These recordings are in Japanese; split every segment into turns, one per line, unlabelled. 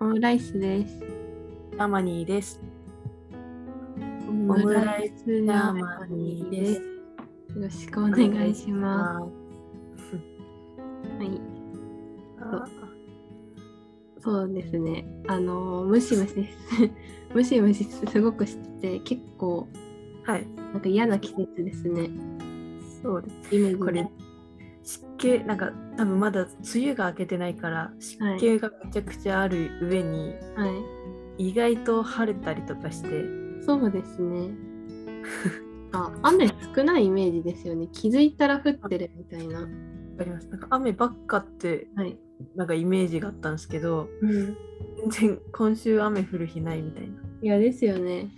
ムライスです。
たまにです。
オ
オムライ
ス
たまにです。。。
よろしくお願いしますす。はい、そうですね。あのムシムシです ムシムシすごくしてて結構
はい、
なんか嫌な季節ですね。
そうです。
イメージね
これ、湿気、なんか多分まだ梅雨が明けてないから、湿
はい
気がめちゃくちゃある上に、
はい。
意外と晴れたりとかして、
そうです ね。あ、雨少ないイメージですよね。気づいたら降ってるみたいな。
わかります。なんか雨ばっかって、
はい。
なんかイメージがあったんですけど、
うん。
全然今週雨降る日ないみたい
いやですよね。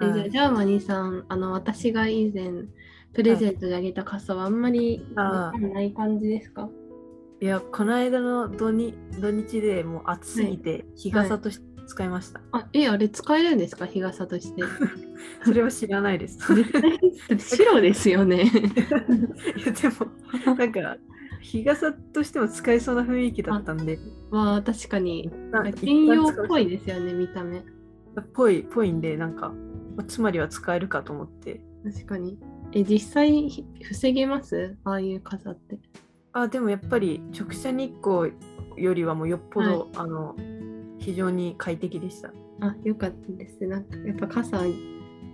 な。
えじゃあジャーマニーさんあの私が以前プレゼントであげた傘はあんまり
あー
ない感じですか
いや、この間の土日土日でもう暑すぎて、日傘として使いました。
あえあれ使えるんですか日傘として
それは知らないです。
絶対白ですよ ね
いやでもなんか日傘としても使えそうな雰囲気だったんで
まあ確かに
なんか
金曜っ
一旦使う
ぽいですよね見た目
ぽいぽいんでなんかまあつまりは使えるかと思って
確かにえ実際ひ防げますああいう傘って
あでもやっぱり直射日光よりはもうよっぽど、あの非常に快適でした
あよかったですなんかやっぱ傘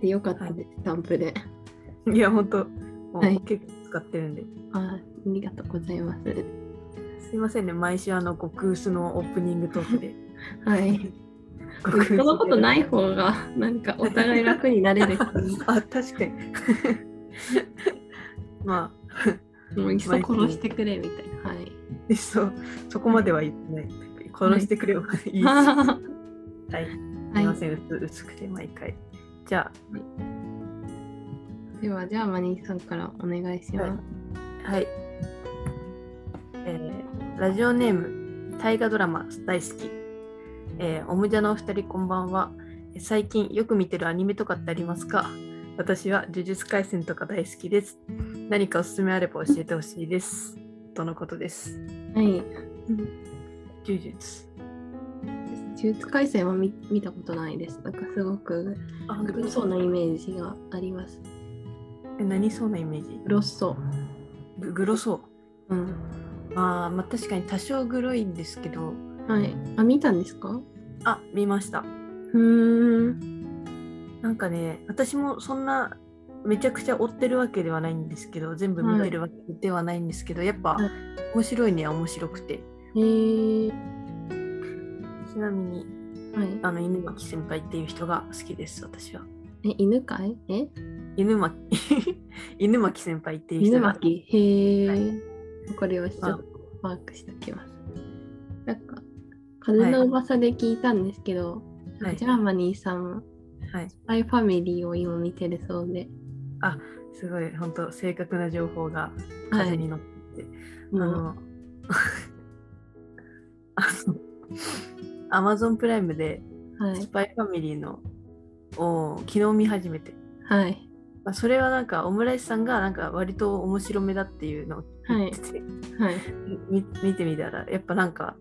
でよかったです、タンプで
いや本当も
はいう
結構使ってるんで、
あありがとうございます
すいませんね毎週あの極薄のオープニングトークで
はい
極薄
そ
で
のことない方がなんかお互い楽になれるし
あ確かに まあ
もういっそ殺してくれみたいな。はい。
そうそこまでは言ってない。殺してくればいいし。はいい。す
はいい
ません、薄薄くて毎回。じゃ
ではじゃあマニーさんからお願いします。
あ、はい。えーラジオネーム、大河ドラマ大好き。えー、おむじゃのお二人、こんばんは。えー最近よく見てるアニメとかってありますか私は呪術廻戦とか大好きです。何かおすすめあれば教えてほしいです。とのことです。
はい。
呪術。
呪術廻戦は見見たことないです。なんかすごく
あ、
グロそうなイメージがあります。
え何そうなイメージ
グロそう。
ググロそう。
うん。
まあ、まあ確かに多少グロいんですけど
はい。あ見たんですか？
あ見ました
うーん。
なんかね私もそんなめちゃくちゃ追ってるわけではないんですけど全部見てるわけではないんですけど、やっぱ
はい
面白いには面白くて
へー。
ちなみに
は。
あの犬巻先輩っていう人が好きです私はい
え犬かい？え？
犬巻 犬巻先輩っていう
犬
人が
巻へー、
は
これをちょっ
まあ
とマークしておきますなんか風の噂で聞いたんですけど、
はい
ジャーマニーさんも
はい
スパイファミリーを今見てるそうで、
すごい本当正確な情報が
は
風
い、
に乗って、
も
あ
う
の あのアマゾンプライムで
は
ス
い
パイファミリーのを昨日見始めて、
はい
まあ、それはなんかオムライスさんがなんか割と面白めだっていうのを聞いてて、
はい
み見てみたらやっぱなんか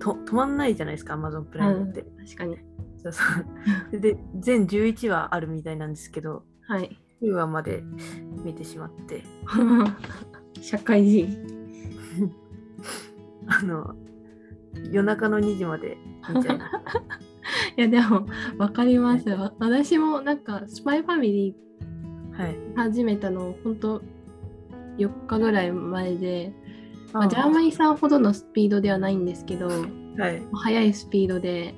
と止まんないじゃないですか Amazon プライムって、
確かに
そうそうで全11話あるみたいなんですけど
はい
9話まで見てしまって
社会人
あの夜中の2時まで見ちゃいました
いやでも分かりますわ私もなんかスパイファミリ
はい
ー始めたの本当4日ぐらい前で、ま
あ
あ、ジャーマニーさんほどのスピードではないんですけど
はい、
速いスピードで、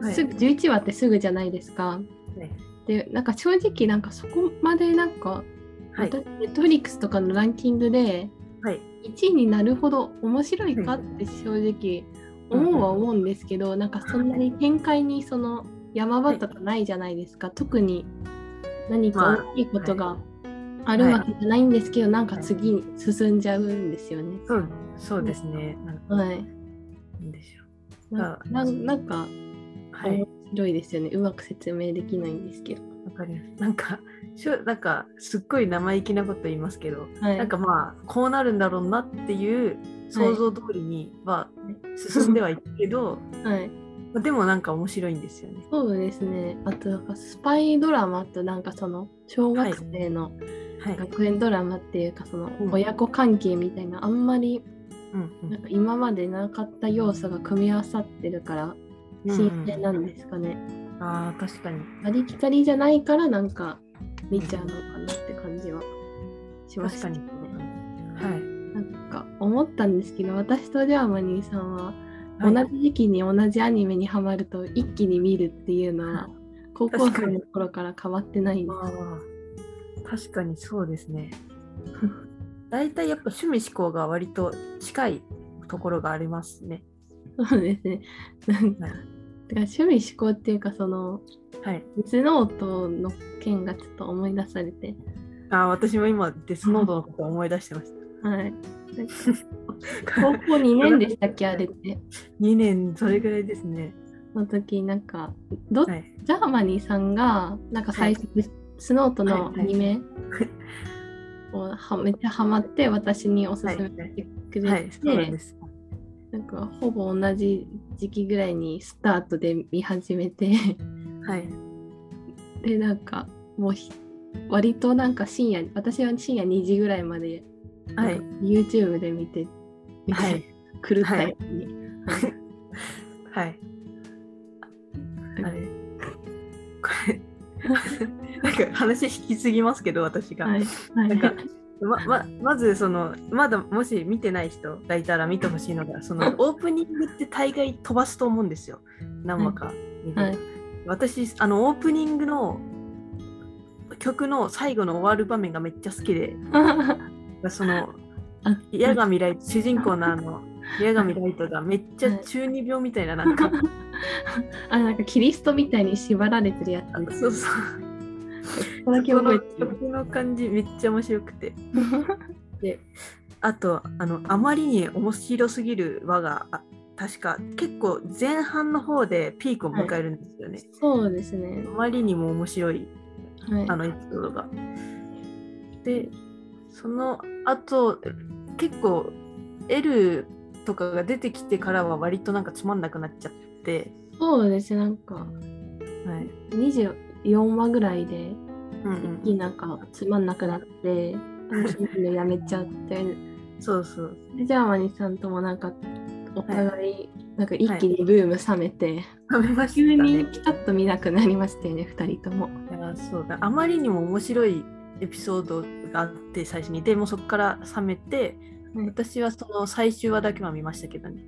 はい
すぐ11話ってすぐじゃないですか。
はい
でなんか正直なんかそこまでなんか、
はい
私ネットフリックスとかのランキングで
はい
1位になるほど面白いかって正直思うは思うんですけど、なんかそんなに展開にその山場とかないじゃないですか、特に何か大きいことがあるわけじゃないんですけど、なんか次に進んじゃうんですよね。
そうそうですねなんか
はい、
なんでしょう
なななんか
は
面白いですよね、うまく説明できないんですけど。
わかります。なんか、しょなんかすっごい生意気なこと言いますけど、
はい、
なんかまあ、こうなるんだろうなっていう想像通りには進んではいくけど、
はい、
でもなんか面白いんですよね。
そうですね。あと、なんかスパイドラマって、なんかその、小学生の
はい。
学園ドラマっていうか、その
う、ん
親子関係みたいな、あんまり、
うんう
なん
ん
か今までなかった要素が組み合わさってるから、新鮮なんですかね。
ああ、確かに。
ありきたりじゃないから、なんか、見ちゃうのかなって感じはしまし
確
た
か
ね
に。。はい。
なんか、思ったんですけど、私とジャーマニーさんは、同
はい
じ時期に同じアニメにハマると一気に見るっていうのは高校生の頃から変わってないんで
あー確かにそうですね。 大体やっぱ趣味思考が割と近いところがありますね。
す。そうですね。なんか、
はい
てか趣味思考っていうかその
はい。
ミスノートの件がちょっと思い出されて、
あー私も今デスノードのことを思い出してまし
はい。なんか
た。
高校2年でしたっけあれ って。
2年それぐらいですね。
の時なんかど、
はい。
ジャーマニーさんがなんか最初、スノートのアニメをはめっちゃハマって私におすすめしてくれて、
はい、そうなんです。
なんかほぼ同じ時期ぐらいにスタートで見始めて
はい。
でなんかもうひ割となんか深夜私は深夜2時ぐらいまで
は
ないん。か YouTube で見て見て、
はい
狂ったように、
はい。あれこれなんか話引きすぎますけど私が、
はいはい
なんかまままずそのまだもし見てない人がいたら見てほしいのがそのオープニングって大概飛ばすと思うんですよ何話か、
はい
私あのオープニングの曲の最後の終わる場面がめっちゃ好きでそ の
あ
矢神ライト主人公のあの矢神ライトがめっちゃ中二病みたいな なんか
あなんかキリストみたいに縛られてるやつ
あそうそう
これだけ覚え
そ
て
この
る
曲の感じめっちゃ面白くて であとあのあまりに面白すぎる輪があ確か結構前半の方でピークを迎えるんですよね、
そうですね
あ、まりにも面白い
はい、
あのエピソードが。でその後結構 L とかが出てきてからは割となんかつまんなくなっちゃって、
そうですねなんか
はい
24話ぐらいで
うんう
いい
ん、
なんかつまんなくなっ て楽しみのやめちゃって
そうそう
でジャーマニさんともなんかお互いなんか一気にブーム冷めて、
食べま
急
した
に
ね。
ピタッと見なくなりましたよね2人とも。
いやそうだあまりにも面白いエピソードがあって最初にでもうそこから冷めて、
はい
私はその最終話だけは見ましたけどね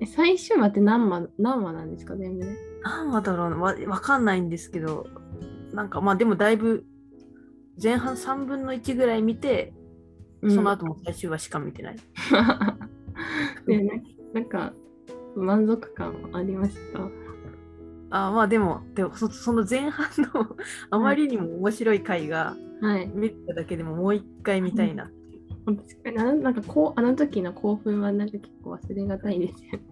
え最終話って何話何話なんですか全部で。
何話だろうなわわかんないんですけどなんかまあでもだいぶ前半3分の1ぐらい見てその後も最終話しか見てない、
うん ねなんかなんか満足感ありました。
あまあでもでもそその前半の あまりにも面白い回が
はい、
見ただけでももう一回見たいなっていう
確かにあのなんかこうあの時の興奮はなんか結構忘れがたいですよね。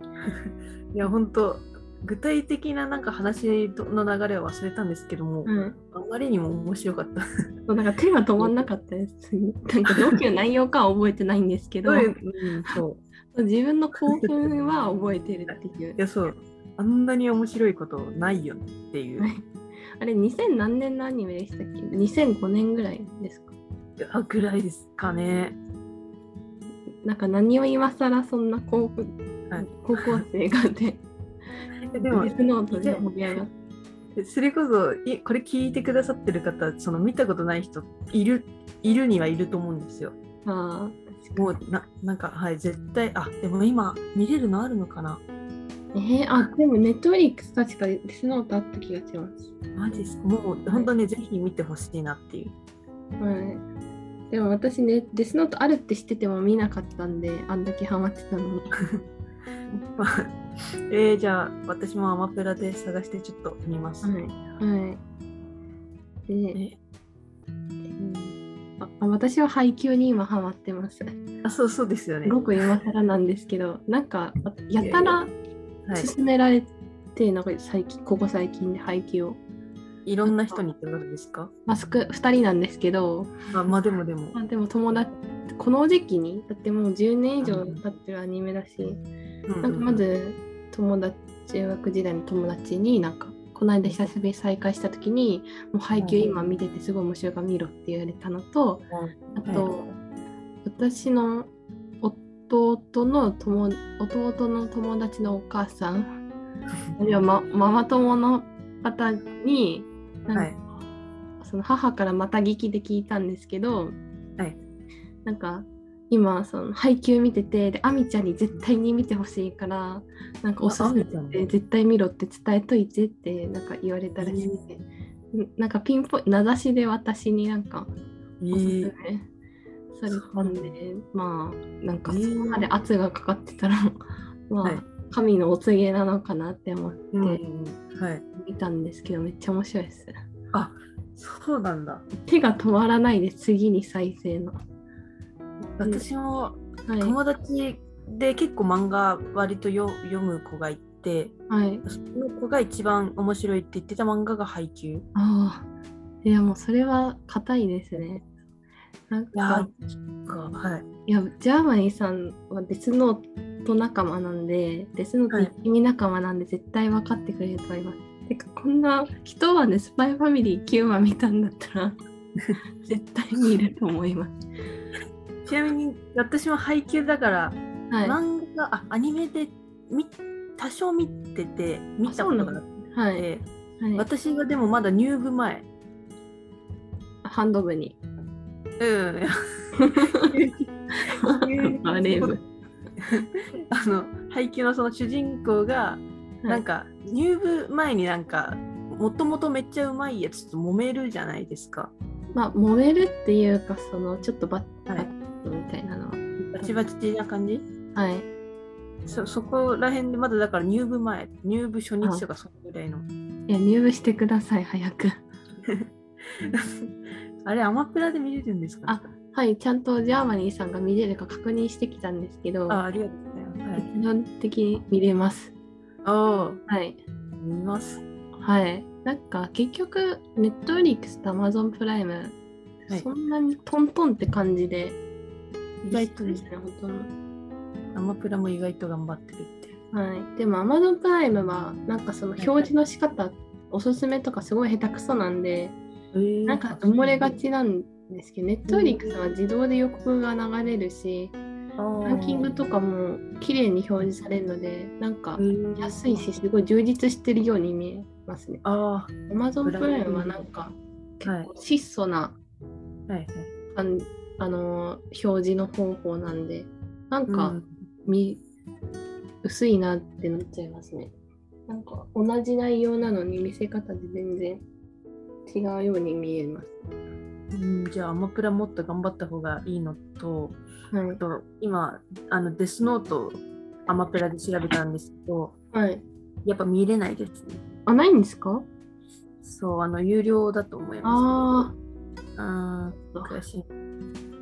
いや本当具体的ななんか話の流れは忘れたんですけども、
はい
あまりにも面白かった。
そうなんか手が止まんなかったです。なんかどういう内容かは覚えてないんですけど、
うん、そう。
自分の興奮は覚えてるっていう
い。や、そう。あんなに面白いことないよっていう。
はいあれ、2000何年のアニメでしたっけ ?2005 年ぐらいですか
あぐらいですかね。
なんか何を今更そんな高校,、
はい
高校生がで、
でも
デ、スノートで盛り上がって。
それこそ、いこれ聞いてくださってる方、その見たことない人、いる、いるにはいると思うんですよ。
あ
もう、な、なんか、はい、絶対、あ、でも今、見れるのあるのかな
ーえー、あ、でもネットフリックス確かデスノートあった気がします。
マジっすもう、本当にぜひ見てほしいなっていう。
はい。でも私ね、デスノートあるって知ってても見なかったんで、あんだけハマってたのに。
まあえー、じゃあ、私もアマプラで探してちょっと見ます。
はい。はい。で、
ね
ああ私は配給に今ハマってます。す
あ、そうそうですよね。
ごく今更なんですけど、なんかあやたら
はい。
勧められて、なんか最近、ここ最近で配給を。
いろんな人にってことですか
まあ、少2人なんですけど、
あまあでもでも
ま。あ、でも友達、この時期に、だってもう10年以上経ってるアニメだし、
うんうん
なんかまず、友達中学時代の友達になんかこの間久しぶりに再会した時に「もう配給今見ててすごい面白いから見ろ」って言われたのとあと私の弟の友弟の友達のお母さ んあるいはまママ友の方になんか
はい
その母からまた聞きで聞いたんですけど、
はい
なんか今その配給見ててでアミちゃんに絶対に見てほしいからなんかおすすめ
あアミちゃん
で
も
絶対見ろって伝えといてってなんか言われたらしくて、んなんかピンポイン名指しで私になんか
え
おすすめ
ー
されたんで、まあなんか
え
そ
ー
こまで圧がかかってたら まあ、
はい
神のお告げなのかなって思って
うんうんはい、
見たんですけど、めっちゃ面白いです。
そうなんだ
手が止まらないで次に再生の。
私も
はい。
友達で結構漫画割とよ読む子がいて
はい、
その子が一番面白いって言ってた漫画が「配給」い
ああ。いやもうそれは硬いですね。なん
や
か、
ーそっかはい
いやジャーマニーさんはデスノート仲間なんで、デスノート一気見仲間なんで絶対分かってくれると思います。てか、こんな一晩でスパイファミリー9話見たんだった ら、絶対見ると思います。
ちなみに私も配給だから、
はい。は
漫画あアニメで見多少見てて見たことがなく
い。はい
て、私がでもまだ入部前
ハンド部 に。
うん
バレー部。
あの配給のその主人公が、なんか入部前になんかもともとめっちゃうまいやつと揉めるじゃないですか。
まあ、揉めるっていうか、その、ちょっとバッ
は
バ
い
ットみたいなのは。
バチバチな感じ
はい。
そそこら辺でまだだから入部前入部初日とかそのぐらいの。
いや、入部してください、早く。
あれアマプラで見れるんですか
あはい、ちゃんとジャーマニーさんが見れるか確認してきたんですけど、
あありがとうございます。はい、
基本的に見れます。
あ
はい。
あ見ます。
はい。なんか、結局、ネットフリックスとアマゾンプライム、
はい
そんなにトントンって感じで、
意外とね
一緒ですね、本当の。
アマプラも意外と頑張ってるって。
はい、でも Amazon プライムはなんかその表示の仕方、おすすめとかすごい下手くそなんでなんか埋もれがちなんですけど Netflix は自動で予告が流れるしラ
ラ
ンキングとかも綺麗に表示されるのでなんか安いしすごい充実してるように見えますね
あ
Amazon プライムはなんか
あはい
質素な
はいはい。
あんあのー表示の方法なんでなんか、
うん
み薄いなってなっちゃいますね。なんか同じ内容なのに見せ方で全然違うように見えます。
うんじゃあアマプラもっと頑張った方がいいのと
はい
あ。と今あのデスノートアマプラで調べたんですけど
はい、
やっぱ見れないですね。
あ、ないんですか
そうあの有料だと思いま
あ
す。ああ
あ。
悔しい。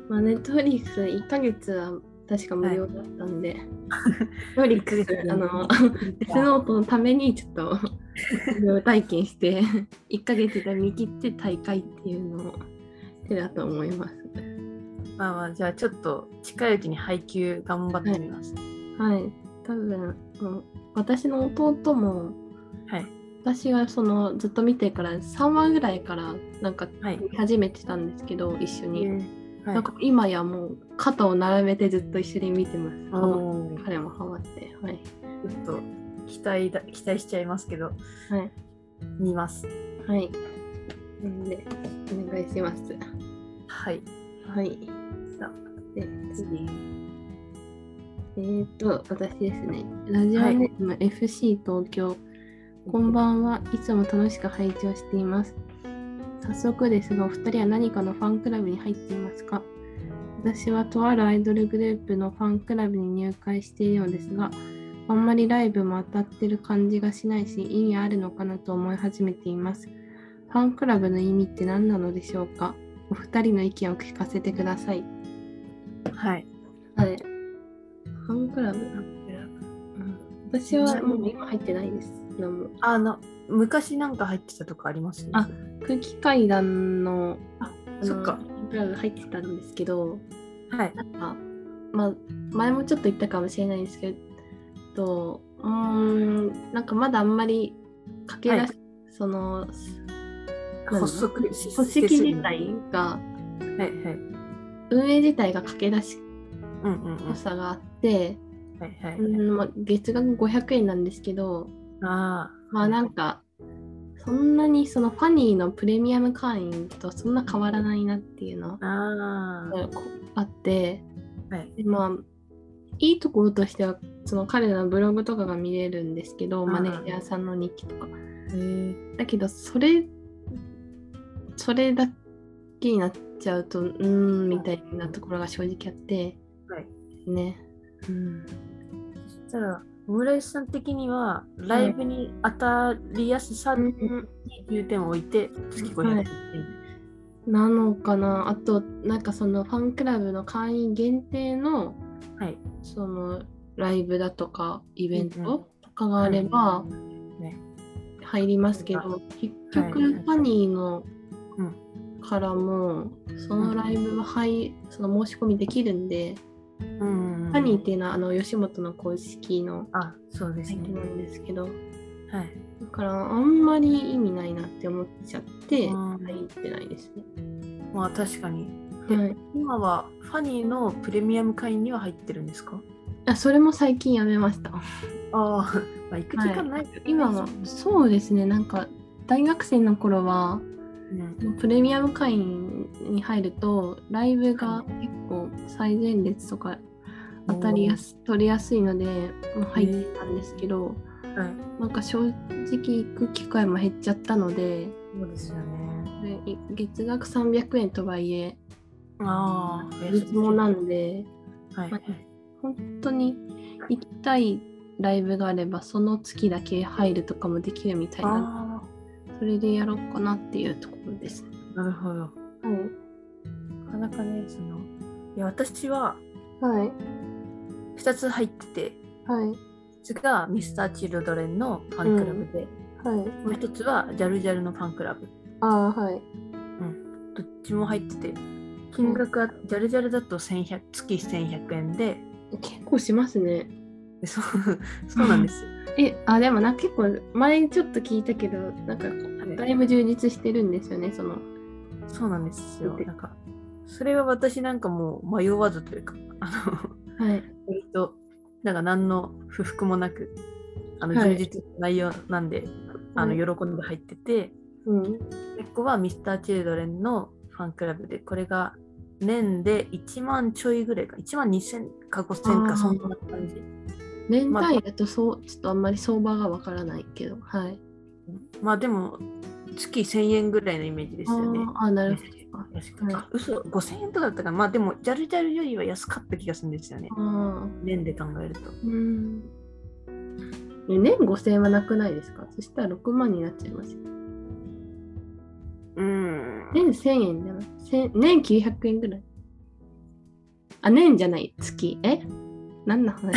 まあ、ネットフリックス1ヶ月は確か無料だったんで、ネットフ リックス、あ の、デスノートのためにちょっと無料体験して、1ヶ月で見切って大会っていうのを手だと思います。
まあまあじゃあちょっと近いうちに配給頑張ってみます。
はい、多分もう私の弟も
はい
私がそのずっと見てから3話ぐらいからなんか
はい。
見始めてたんですけど一緒に、
はい
なんか今やもう肩を並べてずっと一緒に見てます
あー
彼もハマってはい、
ちょっと期待だ期待しちゃいますけど
はい
見ます。
はい、なんでお願いします
はい。
はい
さ
で次えー、っと私ですねラジオネーム FC 東京、こんばんはいつも楽しく拝聴しています。早速ですが、お二人は何かのファンクラブに入っていますか私はとあるアイドルグループのファンクラブに入会しているのですが、あんまりライブも当たってる感じがしないし、意味あるのかなと思い始めています。ファンクラブの意味って何なのでしょうかお二人の意見を聞かせてください。
はい。
はい。ファンクラブ、私はもう今入ってないです。何も
あの昔なんか入ってたとかあります
あ空気階段の
あ
あの
そっか。
プラグ入ってたんですけど
はい。
なんか、まあ、前もちょっと言ったかもしれないんですけどうーんなんかまだあんまり駆け出し、そのなんだ
発足し
組
し
織
すぎ
自
ない
体が
はいはい。
運営自体が駆け出し
うんうんうん。
良さがあって、
はいはいうはい。
んまあ、月額500円なんですけど
ああ。
まあなんかそんなにそのファニーのプレミアム会員とそんな変わらないなっていうの
あ
がこあって
あ。はい。
でまあいいところとしてはその彼らのブログとかが見れるんですけど
うん
マネージャーさんの日記とか
えー、
だけどそれそれだけになっちゃうとうーんみたいなところが正直あって、
はい
ねうん
そしたら、オムライスさん的には、ライブに当たりやすさに重点を置いて、月500円。
なのかなあとなんかそのファンクラブの会員限定の
はい。
そのライブだとかイベン
うんうん
トとかがあれば入りますけど、結局
はい
ファニーの
うん
からもそのライブは入その申し込みできるんで、
うん。
ファニーっていうのはあの吉本の公式の
あ、そうです
サイト
ね
な。んですけど
はい。
だからあんまり意味ないなって思っちゃって
うん
入ってないですね。
まあ確かに。で
はい、
今はファニーのプレミアム会員には入ってるんですか
あそれも最近やめました。
ああ、 まあ行く時間ない、
今はそうですねなんか大学生の頃は
うん、
プレミアム会員に入るとライブが結構最前列とか当たりやす取りやすいのでもう入ってたんですけど、
はい。
なんか正直行く機会も減っちゃったので
そうですよね。
でい月額300円とはいえ
ああ、
いつもなんで
はい。
ま本当に行きたいライブがあればその月だけ入るとかもできるみたいな
あ
それでやろうかなっていうところですね。
あ、なるほど。なかなかね、その、いや、私は
はい
2つ入ってて、
はい
1つが Mr.Children のファンクラブで、
はい
もう1つはジャルジャルのファンクラブ。
ああはい
どっちも入ってて、金額はジャルジャルだと1100月1100円で、
結構しますね。
でそう そうなんですよ。
えあでもな結構前ちょっと聞いたけどなんかこうだいぶ充実してるんですよねその。
そうなんです
見
よ。
て
なんか、それは私なんかもう迷わずというか、あの、
はい
割と、なんか何の不服もなく、あの、
は
充
い
実した内容なんで、あの、
はい
喜んで入ってて、
うん
もう一個は Mr.Children のファンクラブで、これが年で1万ちょいぐらいか、1万2000か5000
あー
か、そんな感じ。
年
まあ
単位だとそうちょっとあんまり相場がわからないけどはい。
まあでも、月1000円ぐらいのイメージですよね。
あーあーなるほど。
確かに
はい
あ嘘5000円とかだったかなまあでもジャルジャルよりは安かった気がするんですよね
あ
年で考えると
ーうん。え年5000円はなくないですかそしたら6万になっちゃいますよ。
うん
年1000円じゃない千年900円ぐらい。あ、年じゃない、月。え何の 話
いや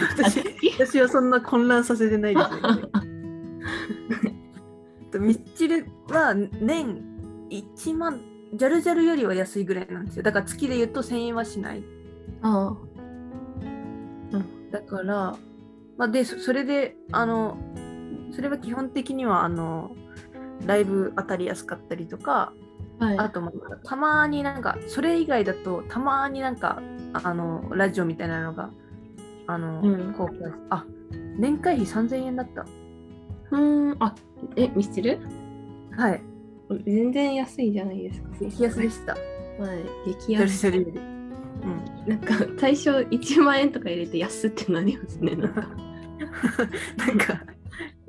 あ
私
月
私はそんな混乱させてないですよ、ね。 とミッチルは年1万ジャルジャルよりは安いぐらいなんですよ。だから月で言うと1000円はしない。
あ
だから、まあ、でそそれであのそれは基本的にはあのライブ当たりやすかったりとか
あ。はい。
あとまあたまになんかそれ以外だとたまになんかあのラジオみたいなのがあの、
うん
公開あ年会費3000円だった
うーん。あ、え、ミスチル
はい
全然安いじゃないですか。
激安でした
はい。激
一
安。
人一人うん、
なんか、最初1万円とか入れて安ってなりますね。 なんか。
なんか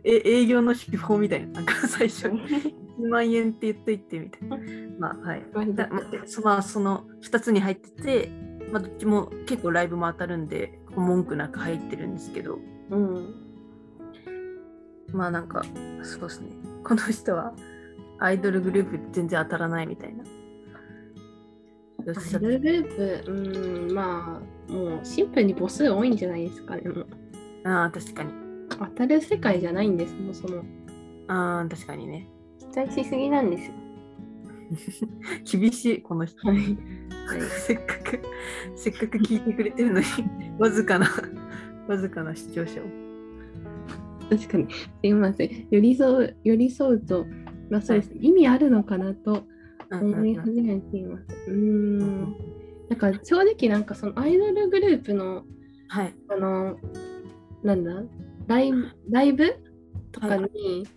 え営業の手法みたいななんか最初に1万円って言っといてみたいなまあはいだまそまあその2つに入ってて、まあ、どっちも結構ライブも当たるんで文句なく入ってるんですけど
うん。
まあなんかそうですねこの人はアイドルグループ全然当たらないみたいな。よっしゃ
グループ、うーん、まあ、もうシンプルに母数多いんじゃないですかね。もう
ああ確かに。
当たる世界じゃないんです、もうその。
ああ確かにね。
期待しすぎなんですよ。
厳しいこの人。
はい。
せっかくせっかく聞いてくれてるのにわずかな わずかな視聴者を。
確かに。すいません。寄り添う、寄り添うと、まあそうですね。意味あるのかなと思い始めています。うーん。なんか正直なんかそのアイドルグループの、
はい。
あの、なんだ、ライブライブとかに、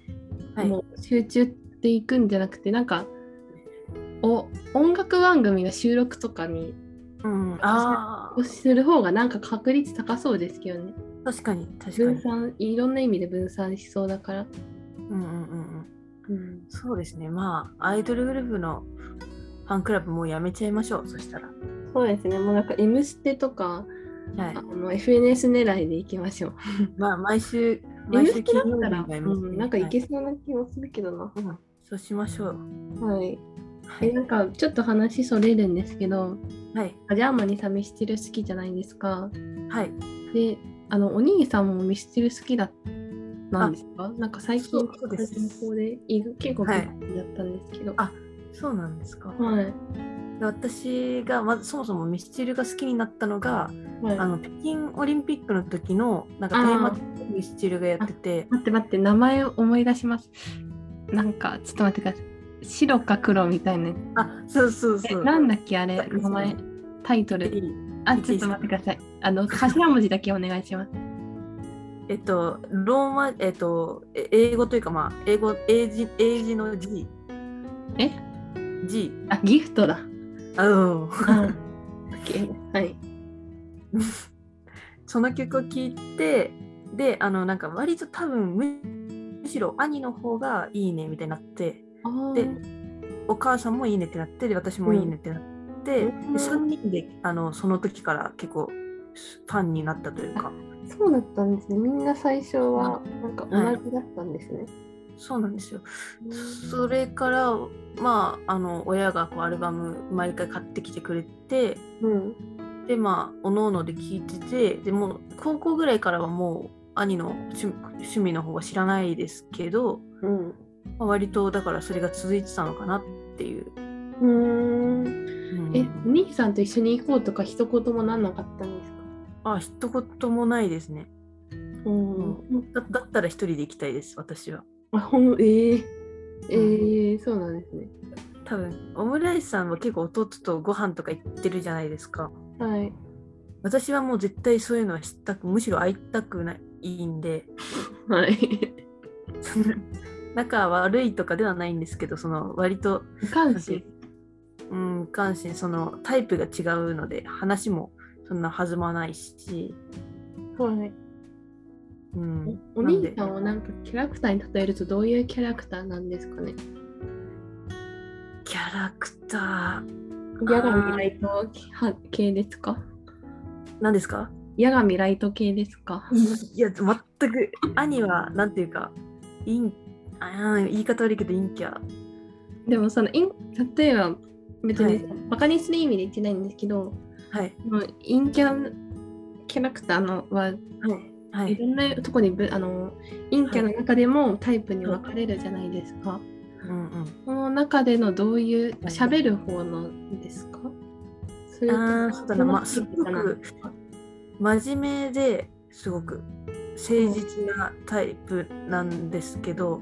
はい。
もう集中っていくんじゃなくて、なんか、お音楽番組の収録とかに
うん、ああ、
する方がなんか確率高そうですけどね。
確かに、確か
分
に。
散いろんな意味で分散しそうだから。
うんうんうんう
う
ん。
ん、
そうですね。まあ、アイドルグループのファンクラブもうやめちゃいましょう。そしたら。
そうですね。もうなんか M ステとか、
はい
あ。の FNS 狙いでいきましょう。
まあ、毎週、
M
毎週
ステだったら、
にやりますね
うんなんかいけそうな気もするけどな。
はいうんそうしましょう。
はい。
は
え
い。
なんかちょっと話それるんですけど、
はい。
ジャーマンにさミスチル好きじゃないですか。
はい。
で、あのお兄さんもミスチル好きだなんですかなんか最近
そうそうです
高校でい結構
は
や
い
ったんですけど。
あそうなんですか。
はい。
で私がまずそもそもミスチルが好きになったのが、
はい、
あの北京オリンピックの時のなんかテーマ曲をミスチルがやってて、
待って待って名前を思い出しますなんかちょっと待ってください白か黒みたいなやつ
あそうそう
え
そう。
なんだっけあれ
そう
名前タイト
い
ル
い
あちょっと待ってくださいあの頭文字だけお願いします
えっとローマえっとえ英語というかまあ英語英字英字の G
え
G
あギフトだ
あの
はい
その曲を聴いてであのなんか割と多分むむしろ兄の方がいいねみたいになって
あー
でお母さんもいいねってなってで私もいいねってなって、
うん
で3人であのその時から結構ファンになったというか
そうだったんですねみんな最初はなんか同じだったんですね、
そうなんですよ
うん
それからまああの親がこうアルバム毎回買ってきてくれて
うん
でまあおのおので聴いててでもう高校ぐらいからはもう兄の趣趣味の方は知らないですけど、
うん
まあ、割とだからそれが続いてたのかなっていう。
うーん
うん
えお兄さんと一緒に行こうとか一言もなんなかったんですか
あ一言もないですね
うん
だ。だったら一人で行きたいです私は。
あほんえー、えーそうなんですね
多分オムライスさんは結構弟とご飯とか行ってるじゃないですか
はい
私はもう絶対そういうのはしたくむしろ会いたくないんで
はい。
仲悪いとかではないんですけどその割と
無関心。
うん関心そのタイプが違うので話もそんな弾まないし、
はい。
うん、
お兄さ
なんで
をなんかキャラクターに例えるとどういうキャラクターなんですかね
キャラクター
矢神ライト系ですか
何ですか
矢神ライト系ですか
いや全く兄はなんていうか陰あー言い方悪いけど陰キャ
でもそのイン例えば別に
は
バカにする意味で言ってないんですけど、
はい
もう陰キャキャラクターのは
はいい、
ろんなとこにぶあの陰キャの中でもタイプに分かれるじゃないですか。
うんうん
その中でのどういう喋る方なんですかそれとも
あーそうだな、まあ、す
そ
っ
の
ごく真面目ですごく誠実なタイプなんですけど、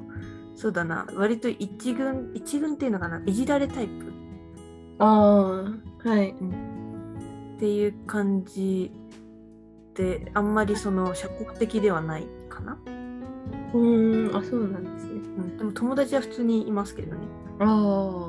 そうだな、割と一軍、一軍っていうのかな、いじられタイプ
ああ、はい。
っていう感じで、あんまりその社交的ではないかな。
うーん、あ、そうなんですね。
うん、でも友達は普通にいますけどね。
ああ。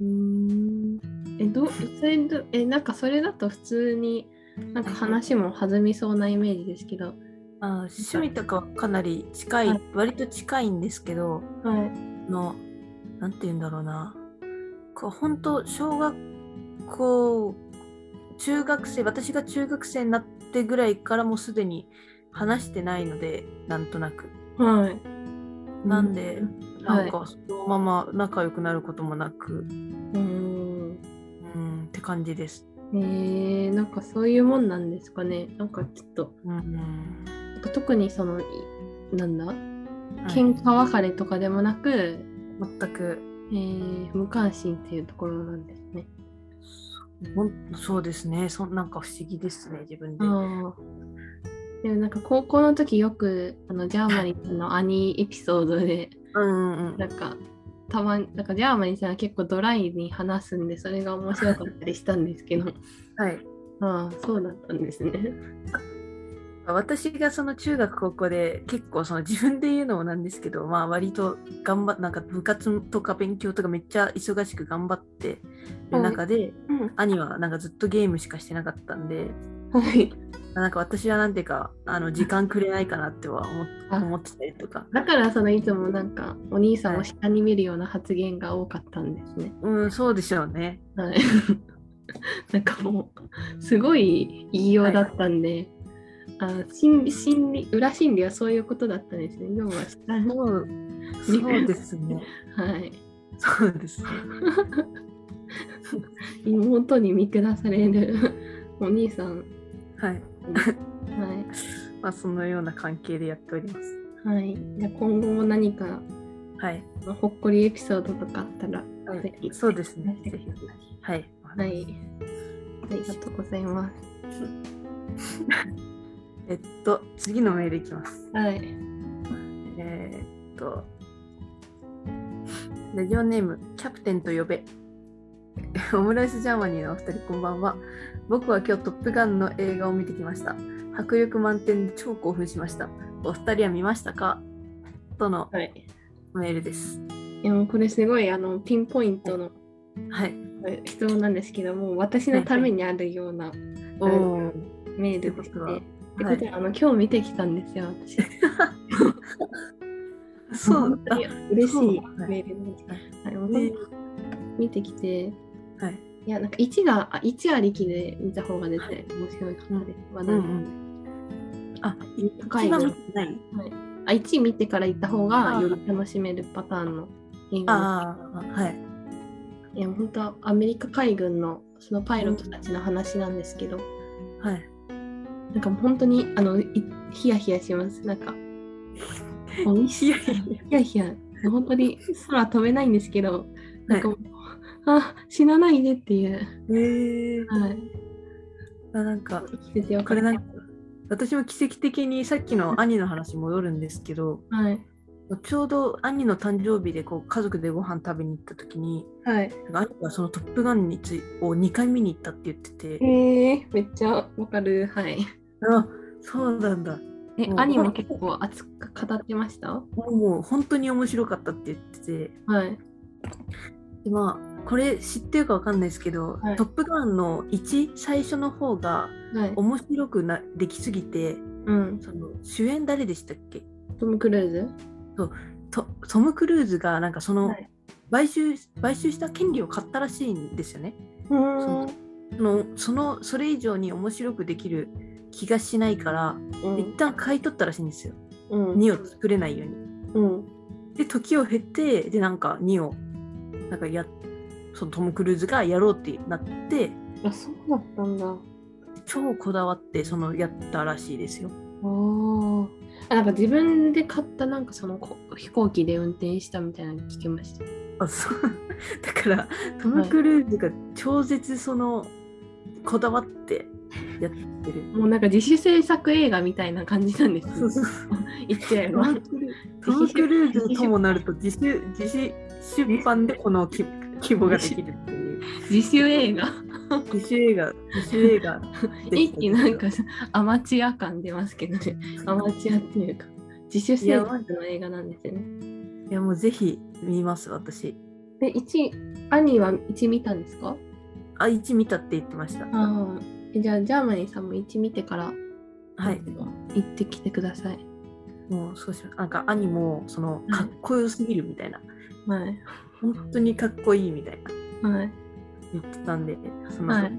うーん。え、どう、それど、え、なんかそれだと普通に、なんか話も弾みそうなイメージですけど。
あー趣味とかはかなり近い、
はい
割と近いんですけど、
はい。
の、なんて言うんだろうな。こう本当、小学校、中学生、私が中学生になってぐらいからもうすでに話してないので、なんとなく。
はい。
なんで、
は
ないんかそのまま仲良くなることもなく、
うーん。
うん、って感じです。
えー、なんかそういうもんなんですかね。なんかちょっと、
うん。
なんか特にその、いなんだ
はい
喧嘩別れとかでもなく、
全く、
えー無関心っていうところなんですね。
ほんそうですねそんなんか不思議ですね自分で。
あーでもなんか高校の時よくあのジャーマニーさんの兄エピソードで
うんうんうん
なんかたまになんかジャーマニーさんは結構ドライに話すんでそれが面白かったりしたんですけど
はい、
ああそうだったんですね。
私がその中学高校で結構その自分で言うのもなんですけど、まあ、割と頑張っなんか部活とか勉強とかめっちゃ忙しく頑張ってる中で、兄はなんかずっとゲームしかしてなかったんで
はい、
なんか私はなんていうかあの時間くれないかなっては思っ
あ
思ってたりとか
だからそのいつもなんかお兄さんを下に見るような発言が多かったんですね。
うんそうでしょうね
はい、 なんかもうすごい言いようだったんで、あ心理心理裏心理はそういうことだったんですね。要は下に、
そうそうですね
はい、
そうですね
妹に見下される お兄さん。
は
は
い
い
まあそのような関係でやっております
はい、じゃあ今後も何か
はい、
まあほっこりエピソードとかあったら、ぜひ
そうですね
ぜ
ぜ
ひ
ひはい、
はい、ありがとうございます。
えっと次のメールいきます
はい、
えーっとラジオネームキャプテンと呼べ オムライスジャーマニーのお二人こんばんは僕は今日「トップガン」の映画を見てきました迫力満点で超興奮しましたお二人は見ましたかとの
はい、
メールです
いやもうこれすごいあのピンポイントの
はい
はい質問なんですけども、私のためにあるような
おお
メールでして、
はい
ってことはあの今日見てきたんですよ、私。
そう
本当
だ
に嬉し
そう
い
はい
メールなんです。はい、もう
ね
見てきて、
はい
いやなんか1があ1ありきで見た方が絶対面白いかったです。まあ
う
なんん
う
か
んあ
高い
一
な
番見てない
あ1見てから行った方が
あー
より楽しめるパターンの映画
ああはい
いや本当はアメリカ海軍のそのパイロットたちの話なんですけど、
はい
なんかもう本当にあのいヒヤヒヤしますなん かもうヒ
いやいやいや
ヤヒヤ本当に空飛べないんですけどなんかもう、あ死なないでっていう、
えー、
はい、
あなんか
生きててよ
こ
かっ
れ
た
なんか私も奇跡的にさっきの兄の話戻るんですけど
はい
ちょうど兄の誕生日でこう家族でご飯食べに行った時に
はい
なんか兄がその「トップガンについ」を2回見に行ったって言ってて、
えー、めっちゃわかるはい
あそうなんだ
え
もう
兄も結構熱く語ってました
もう本当に面白かったって言ってて
はい
でまあこれ知ってるかわかんないですけど「
はい
トップガン」の1最初の方が
はい
面白くなできすぎて
うん
その主演誰でしたっけ
トム・クルーズ
とトム・クルーズがなんかその
はい
買収買収した権利を買ったらしいんですよね。
う
そのそのそれ以上に面白くできる気がしないから、一旦買い取ったらしいんですよ。
うん
2を作れないように。
うん
で時を経てでなんか2をなんかやそのトム・クルーズがやろうってなって
あそうだったんだ
超こだわってそのやったらしいですよ。
おーあなんか自分で買ったなんかそのこ飛行機で運転したみたいなの聞きました。
あそう だからトム・クルーズが超絶そのこだわってやってる。
もうなんか自主制作映画みたいな感じなんです
そうそう
言っちゃえ
ト
ば。
ムクル トム・クルーズともなると自主自主出版でこのき規模ができるっていう
自主映画。
自主映画自主映画
一気になんかさアマチュア感出ますけどね。アマチュアっていうか自主制作の映画なんですよね。
いやもうぜひ見ます私
で1兄は1見たんですか
あ1見たって言ってましたは
ああえじゃあジャーマニーさんも1見てから
い
行ってきてください。
もうそうしますなんか兄もそのかっこよすぎるみたいな
はい。
本当にかっこいいみたいな
はい。
言ってたんでその、
はい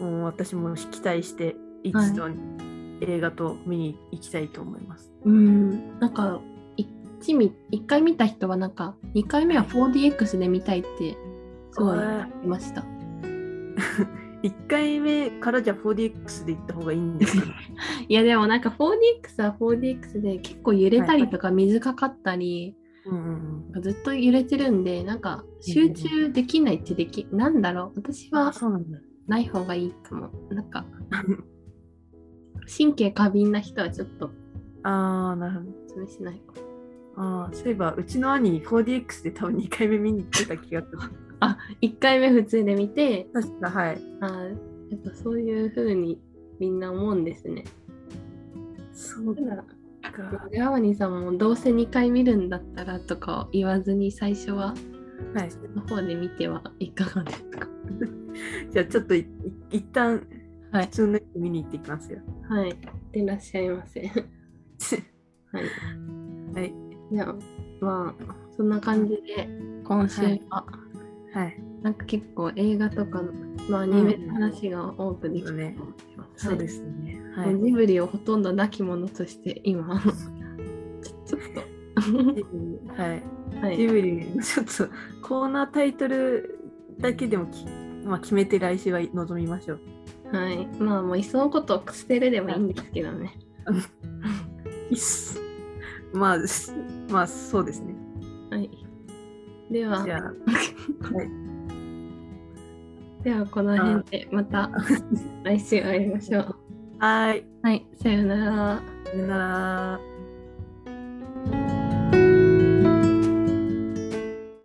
もう私も期待して一度に映画と見に行きたいと思います、
うん、なんか一見一回見た人はなんか2回目は 4DX で見たいってすごい言ってました。
1回目からじゃあ 4DX で行った方がいいんですかね
いやでもなんか 4DX は 4DX で結構揺れたりとか水かかったり、
うん
ずっと揺れてるんでなんか集中できないってでき、なんだろう私
うん、あ
は
そうなんだ。
ない方がいいかもなんか神経過敏な人はちょっと
ああ、なるほど。
おすすめしないかも
ああ、そういえば、うちの兄、4DX で多分2回目見に行ってた気がする。
1回目普通で見て
確か、はい。
あーやっぱそういう風にみんな思うんですね
そう
だから
か。
で天にさんもどうせ2回見るんだったらとか言わずに最初は
はい。
の方で見てはいかがですか
じゃあ、ちょっとい、い一旦、
はい
普通のやつ見に行ってきますよ。
はいいってらっしゃいませはい
はい。
じゃあまあそんな感じで今週
はい
は
はい。
なんか結構映画とかの、まあ、アニメの話が多くできたと思います、
そうですね。は。
はいい、ジブリをほとんどなきものとして今ちょっ
はい。
とは
ジ
い
ブリ、ちょっとコーナータイトルだけでもき、まあ、決めて来週は臨みましょう。
はいまあもういっそのこと捨てるでもいいんですけどね
いっすまあ、すまあ、そうですね。
はいでは
じゃあ、
ではこの辺でまた 来週会いましょう
はい。
はいさようなら
さよなら。